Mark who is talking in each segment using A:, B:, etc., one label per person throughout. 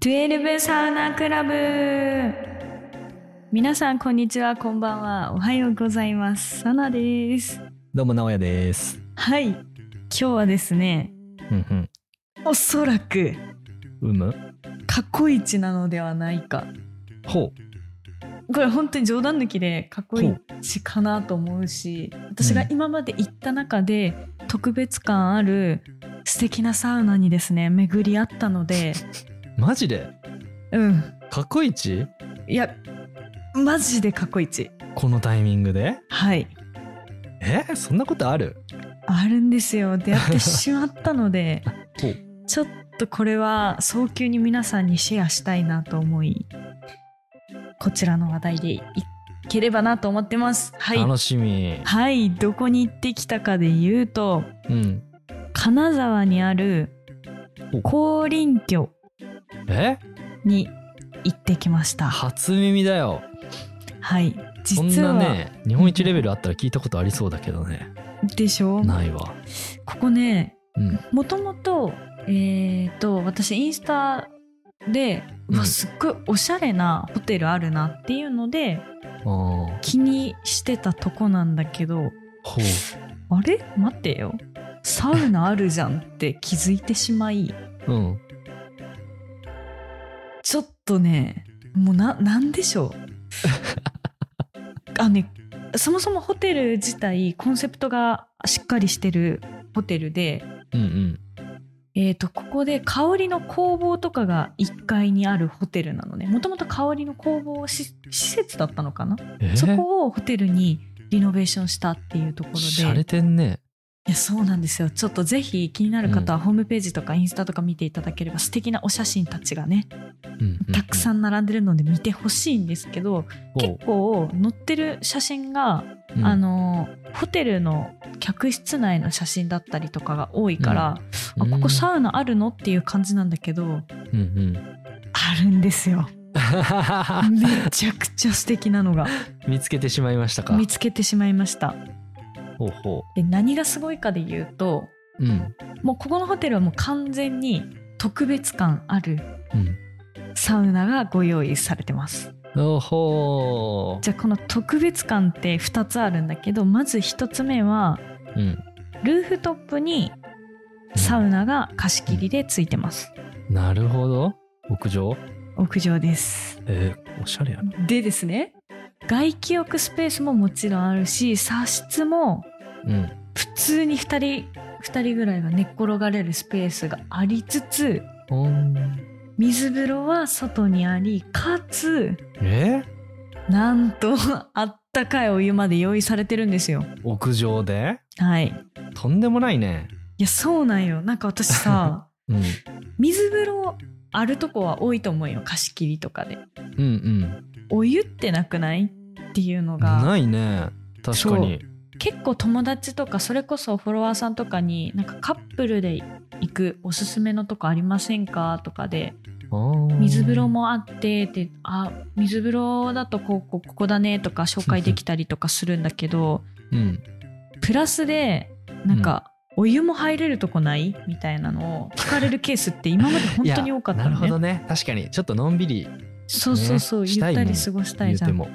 A: 12サウナクラブ皆さんこんにちはこんばんはおはようございますサナです
B: どうも、直哉です。
A: はい今日はですね
B: うん
A: おそらく
B: うん。うむ
A: 過去一なのではないか
B: ほ
A: これ本当に冗談抜きで過去一かなと思うし私が今まで行った中で特別感ある素敵なサウナにですね巡り合ったので
B: う。マジで
A: うん
B: 過去一
A: いやマジで過去一
B: このタイミングで
A: はい
B: えそんなことある
A: あるんですよ出会ってしまったの で
B: ほう
A: ちょっとこれは早急に皆さんにシェアしたいなと思いこちらの話題でいければなと思ってますはい
B: 楽しみ。
A: はいどこに行ってきたかで言うと
B: うん。
A: 金沢にある高林居
B: え
A: に行ってきました
B: 初耳だよ。
A: はい
B: そん
A: 実
B: な
A: は、
B: ね、日本一レベルあったら聞いたことありそうだけどね。
A: でしょ
B: ないわ。
A: ここね
B: うん。
A: もともとえー、と私インスタでう
B: う
A: わ
B: ん
A: すっごいおしゃれなホテルあるなっていうので
B: ああ。ほ。
A: 気にしてたとこなんだけどあれ待ってよサウナあるじゃんって気づいてしまいう
B: うん。
A: ちょっとねもうななんで しょうあのねそもそもホテル自体コンセプトがしっかりしてるホテルで
B: うんうん。
A: えー、とここで香りの工房とかが1階にあるホテルなのねもともと香りの工房し施設だったのかな、
B: え
A: そこをホテルにリノベーションしたっていうところ
B: しゃ
A: で
B: れてんね。
A: いやそうなんですよちょっとぜひ気になる方はホームページとかインスタとか見ていただければ素敵なお写真たちがね
B: うんうん。
A: たくさ
B: ん。
A: ん並んでるので見てほしいんですけど結構載ってる写真が、
B: うん
A: あ、のホテルの客室内の写真だったりとかが多いから、あここサウナあるのっていう感じなんだけど
B: うんうん。
A: あるんですよめちゃくちゃ素敵なのが
B: 見つけてしまいましたか。
A: 見つけてしまいました
B: ほうほ
A: で何がすごいかで言うと
B: う。うん。
A: もうここのホテルはもう完全に特別感ある
B: うん。
A: サウナがご用意されてます
B: おほ
A: じゃあこの特別感って2つあるんだけどまず1つ目は
B: ーうん、
A: ルーフトップにサウナが貸し切りでついてます
B: なるほど屋上
A: 屋上です
B: えー、おしゃれやな
A: でですね外気浴スペースももちろんあるし茶室も
B: うん
A: 普通に2人2人ぐらいが寝っ転がれるスペースがありつつ
B: おん
A: 水風呂は外にありかつ
B: え
A: なんとあったかいお湯まで用意されてるんですよ
B: 屋上で
A: はいい
B: とんでもないね
A: やそうなんよなんか私さ
B: うん
A: 水風呂あるとこは多いと思うよ貸し切りとかで
B: うんうん
A: お湯ってなくないっていうのが
B: ないね確かに
A: 結構友達とかそれこそフォロワーさんとかになんかカップルで行くおすすめのとこありませんかとかで
B: あー
A: 水風呂もあってってあ水風呂だとこうこうここだねとか紹介できたりとかするんだけど
B: うん
A: プラスでなんか、お湯も入れるとこないみたいなのを聞かれるケースって今まで本当に多かった
B: いやなる
A: の
B: ほど
A: ね。
B: ね確かにちょっとのんびり
A: そうそうそう、
B: ね
A: ゆったり
B: し
A: 過ごした
B: 言
A: いうじゃ
B: て
A: ん。
B: も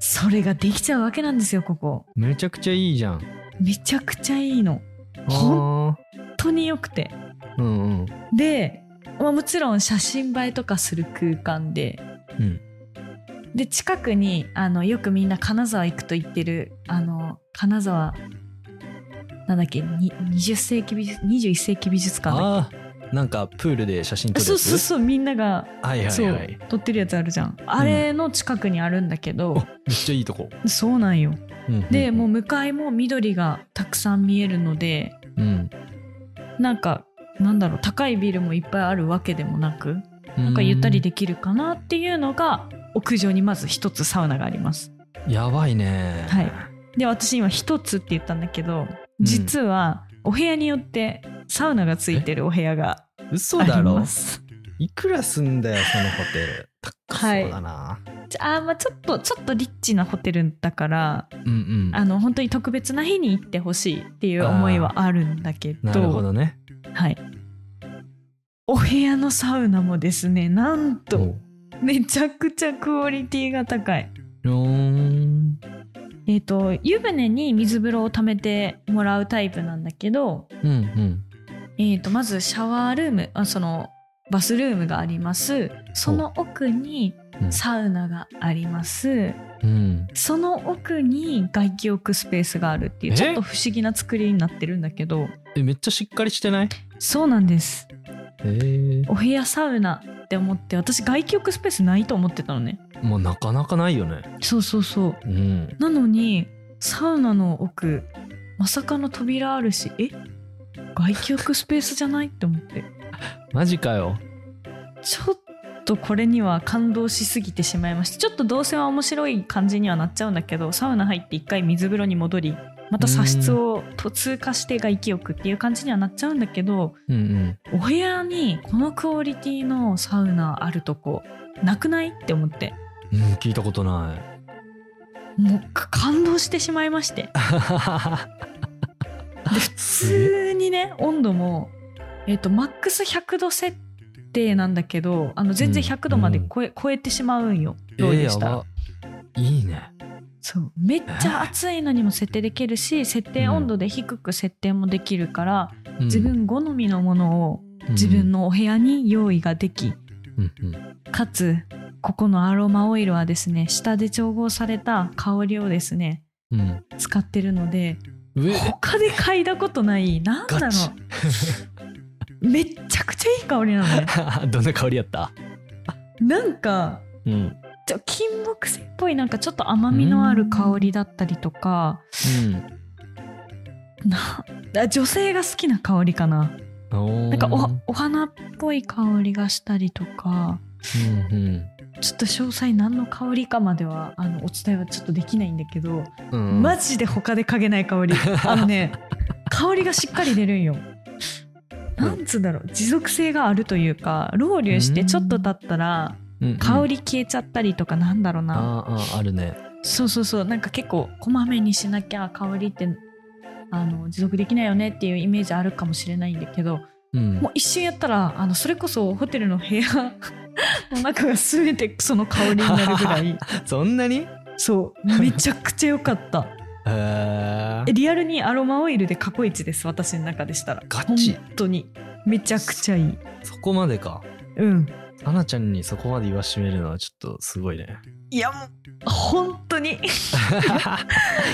A: それができちゃうわけなんですよここ。
B: めちゃくちゃいいじゃん
A: めちゃくちゃいいの。本
B: あ
A: 当に良くて。
B: ーうんうん
A: で、まあ、もちろん写真映えとかする空間で、
B: うん
A: で近くにあのよくみんな金沢行くと言ってるあの金沢なんだっけに20世紀美術21世紀美術館だっ
B: あーなんかプールで写真
A: け
B: 撮る
A: そう
B: やつ
A: そうそうみんなが、
B: はいはいはい
A: そう撮ってるやつあるじゃんあれの近くにあるんだけど
B: お、めっちゃいいとこ、
A: そうなんよ
B: うんうんうん
A: でもう向かいも緑がたくさん見えるので
B: うん
A: なんかなんだろう高いビルもいっぱいあるわけでもなくなんかゆったりできるかなっていうのが屋上にまず一つサウナがあります。
B: やばいね。
A: はい。で私今一つって言ったんだけど
B: ん
A: 実はお部屋によってサウナがついてるお部屋が
B: 嘘
A: あ
B: だ
A: り
B: ろ
A: ま。す。
B: いくらすんだよ、そのホテル。高そうだな。
A: じゃあーまあちょっとちょっとリッチなホテルだから
B: うんうん。
A: あの本当に特別な日に行ってほしいっていう思いはあるんだけど
B: なるほどね。
A: はい、お部屋のサウナもですねなんと
B: お
A: めちゃくちゃクオリティが高い。
B: うーん
A: えー、と湯船に水風呂を溜めてもらうタイプなんだけど、
B: うんうん
A: えー、とまずシャワールームあそのバスルームがありますその奥に
B: うん
A: サウナがあります
B: うん
A: その奥に外気浴スペースがあるっていう
B: え
A: ちょっと不思議な作りになってるんだけど
B: えめっちゃしっかりしてない
A: そうなんです
B: えー、
A: お部屋サウナって思って私外気浴スペースないと思ってたのね
B: もうなかなかないよね
A: そうそうそう
B: うん
A: なのにサウナの奥まさかの扉あるしえ外気浴スペースじゃないって思って
B: マジかよ
A: ちょっとこれには感動しすぎてしまいましたちょっと動線は面白い感じにはなっちゃうんだけどサウナ入って一回水風呂に戻りまた茶室をと通過して外気浴っていう感じにはなっちゃうんだけど
B: うん
A: お部屋にこのクオリティのサウナあるとこなくないって思って
B: うんうん聞いたこと ない
A: もうか感動してしまいまして普
B: すげえ
A: 通にね温度も、えっとマックス100度設定なんだけどあの全然
B: うん
A: 100度まで超え,、超えてしまうんよどうでしたら、
B: えーやばいいね
A: そうめっちゃ暑いのにも設定できるし設定温度で低く設定もできるから、
B: うん
A: 自分好みのものを自分のお部屋に用意ができ、
B: うんうん
A: かつここのアロマオイルはですね下で調合された香りをですね
B: うん
A: 使ってるので
B: うん うえ
A: 他で嗅いだことないなんだろ
B: ガチ
A: うめっちゃくちゃいい香りなの ね
B: どんな香りやった
A: なんか
B: うんうん
A: ちょ金木犀っぽいなんかちょっと甘みのある香りだったりとかなあ女性が好きな香りかな
B: な
A: なんかおお花っぽい香りがしたりとか
B: うん
A: ちょっと詳細何の香りかまではあのお伝えはちょっとできないんだけど、
B: うんうん
A: マジで他で嗅げない 香りあのね香りがしっかり出るんよ。なんつうんだろう持続性があるというかロウリュしてちょっと経ったら
B: うんうん
A: 香り消えちゃったりとかなんだろうな、
B: あーあーあるね
A: そうそうそうなんか結構こまめにしなきゃ香りってあの持続できないよねっていうイメージあるかもしれないんだけど
B: うん
A: もう一瞬やったらあのそれこそホテルの部屋 の中が全てその香りになるぐら い
B: そんなに
A: そうめちゃくちゃ良かった
B: へー
A: えリアルにアロマオイルで過去一です私の中でしたら
B: ガチ
A: 本当にめちゃくちゃいい
B: そこまでか
A: うん
B: アナちゃんにそこまで言わしめるのはちょっとすご いね
A: いやもう本当 に
B: 日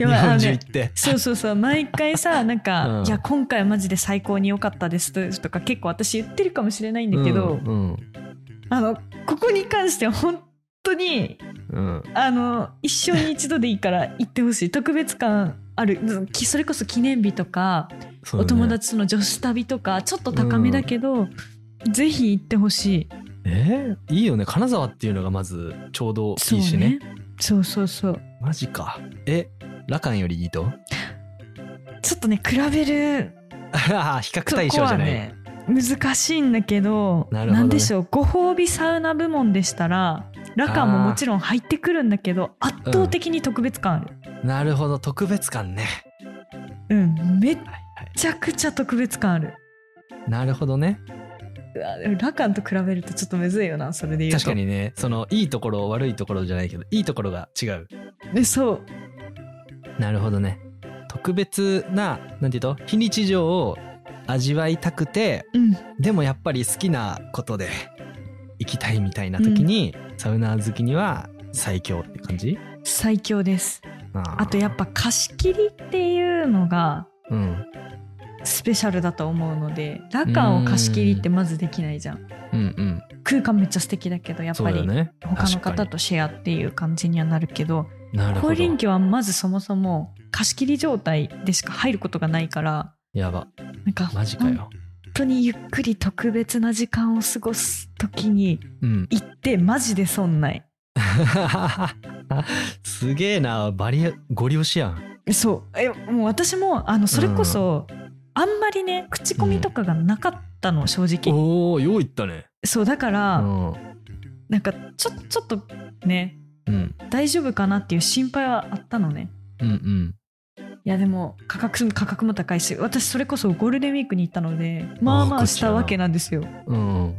A: やばいあの
B: 本中
A: ね
B: 行って
A: そうそうそう毎回 さなんか、
B: うん
A: いや今回マジで最高に良かったですとか結構私言ってるかもしれないんだけど、
B: うん
A: あのここに関しては本当に
B: うんうん
A: あの一生に一度でいいから行ってほしい特別感あるうんきそれこそ記念日とか、
B: そう
A: お
B: だね
A: 友達との女子旅とかちょっと高めだけど、ぜひ行ってほしい
B: えーいいよね金沢っていうのがまずちょうどいいしね
A: そうそうそう
B: マジかえラカンよりいいと
A: ちょっとね比べる
B: あー比較
A: そ
B: 対
A: こ
B: 象じ
A: は
B: ゃない、
A: ね難しいんだけど
B: なるほどね
A: んでしょうご褒美サウナ部門でしたらラカンももちろん入ってくるんだけど圧倒的に特別感ある、
B: なるほど特別感ね
A: うんめっ
B: はいはい
A: ちゃくちゃ特別感ある
B: なるほどね
A: うわでもラカンと比べるとちょっとむずいよなそれで言うと
B: 確かにねそのいいところ悪いところじゃないけどいいところが違う
A: ねそう
B: なるほどね特別ななんていうと非日常を味わいたくて
A: うん
B: でもやっぱり好きなことで行きたいみたいな時に、サウナー好きには最強って感じ
A: 最強です
B: あ
A: あとやっぱ貸し切りっていうのが
B: ぱうん
A: スペシャルだと思うのでラカンを貸し切りってまずできないじゃん
B: うんうん
A: 空間めっちゃ素敵だけどやっ
B: そう
A: ぱ
B: だよ
A: り
B: ね
A: 他の
B: 確か
A: 方
B: に
A: とシェアっていう感じにはなるけど
B: なるほ
A: 高輪
B: ど
A: 家はまずそもそも貸し切り状態でしか入ることがないから
B: やば
A: なんか
B: マジか
A: 本
B: よ
A: 当にゆっくり特別な時間を過ごす時に
B: うん
A: 行ってマジで損ない
B: すげえなバリアご利用しやん
A: そうえもう私もあのそれこそ、あんまりね口コミとかがなかったの正直、
B: おおよういったね
A: そうだか
B: う
A: ら、
B: ん
A: なんかちょちょっとね
B: うん
A: 大丈夫かなっていう心配はあったのね
B: うんうん
A: いやでも価格価格も高いし私それこそゴールデンウィークに行ったのでまあまあしたわけなんですよ
B: うん。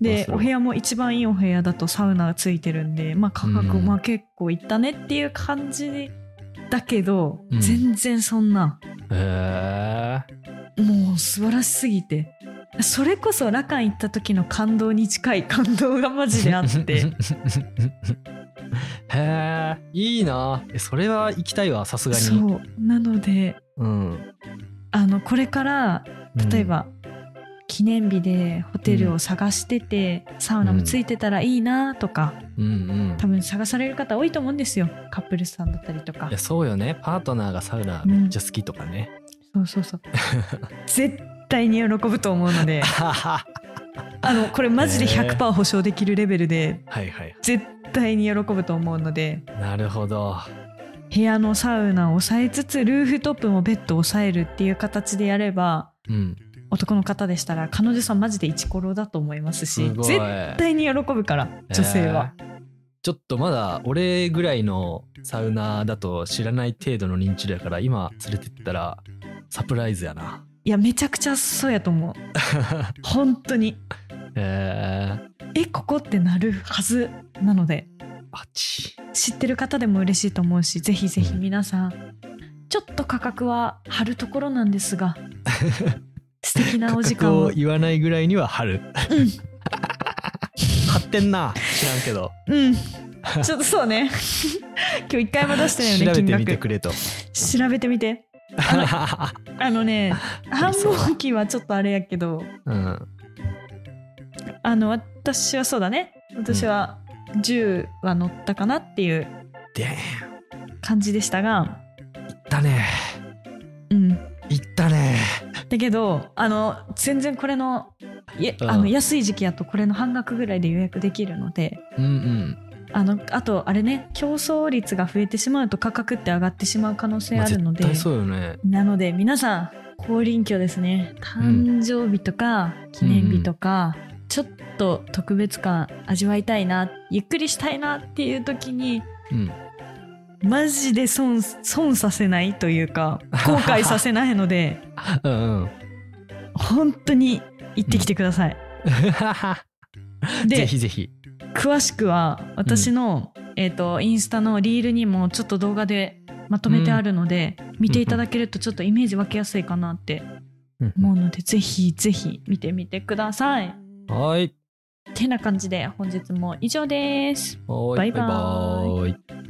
A: で
B: あそう
A: お部屋も一番いいお部屋だとサウナついてるんでまあ価格
B: うん
A: まあ結構いったねっていう感じだけど、
B: うん
A: 全然そんな
B: へえ。
A: もう素晴らしすぎてそれこそ羅漢行った時の感動に近い感動がマジであっ て
B: へえ。いいな。えそれは行きたいわ、さすが
A: そ
B: に。
A: うなので
B: うん。
A: あのこれから例えば、記念日でホテルを探してて、サウナもついてたらいいなとか、
B: うん。うんうん。
A: 多分探される方多いと思うんですよカップルさんだったりとか
B: いやそうよねパートナーがサウナめっちゃ好きとかね、
A: そうそうそう絶対に喜ぶと思うので
B: は
A: あのこれマジで100%保証できるレベルで
B: いはい
A: 絶対に喜ぶと思うので
B: なるほど
A: 部屋のサウナを抑えつつルーフトップもベッドを抑えるっていう形でやれば
B: うん
A: 男の方でしたら彼女さんマジでイチコロだと思います
B: す
A: し
B: ごい
A: 絶対に喜ぶから女性は、、
B: えーちょっとまだ俺ぐらいのサウナだと知らない程度の認知度やから今連れてったらサプライズやな
A: いやめちゃくちゃそうやと思う 本当に
B: えー、
A: えここってなるはずなので
B: あち
A: 知ってる方でも嬉しいと思うしぜひぜひ皆さんちょっと価格は張るところなんです が素敵なお時間
B: を
A: を
B: 言わないぐらいには春張ってんな知らんけど
A: うんちょっとそうね 今日一回も出してない
B: 調
A: よね
B: べ
A: 金
B: て
A: 額
B: みてくれと
A: 調べてみてあのね繁忙期はちょっとあれやけど
B: うん
A: あの私はそうだね私は10は乗ったかなっていう
B: で
A: 感じでしたが
B: だね
A: うん
B: 行ったね
A: だけどあの全然これのいえ
B: うん
A: あの安い時期やとこれの半額ぐらいで予約できるので
B: うんうん
A: あのあとあれね競争率が増えてしまうと価格って上がってしまう可能性
B: ま
A: あ
B: あ
A: るので、
B: 絶対そうよね
A: なので皆さん高臨居ですね
B: ん
A: 誕生日とか記念日とか、ちょっと特別感味わいたいなゆっくりしたいなっていう時に
B: うん
A: マジで損損させないというか後悔させないの で
B: うんうん
A: 本当に行ってきてください。
B: ぜ
A: で
B: ひぜひ。
A: 詳しくは私の、えー、とインスタのリールにもちょっと動画でまとめてあるので、見ていただけるとちょっとイメージ湧きやすいかなって思うので、ぜひぜひ見てみてください。
B: はーい。
A: てな感じで本日も以上です。
B: はーい
A: バイバーイ
B: バイバーイ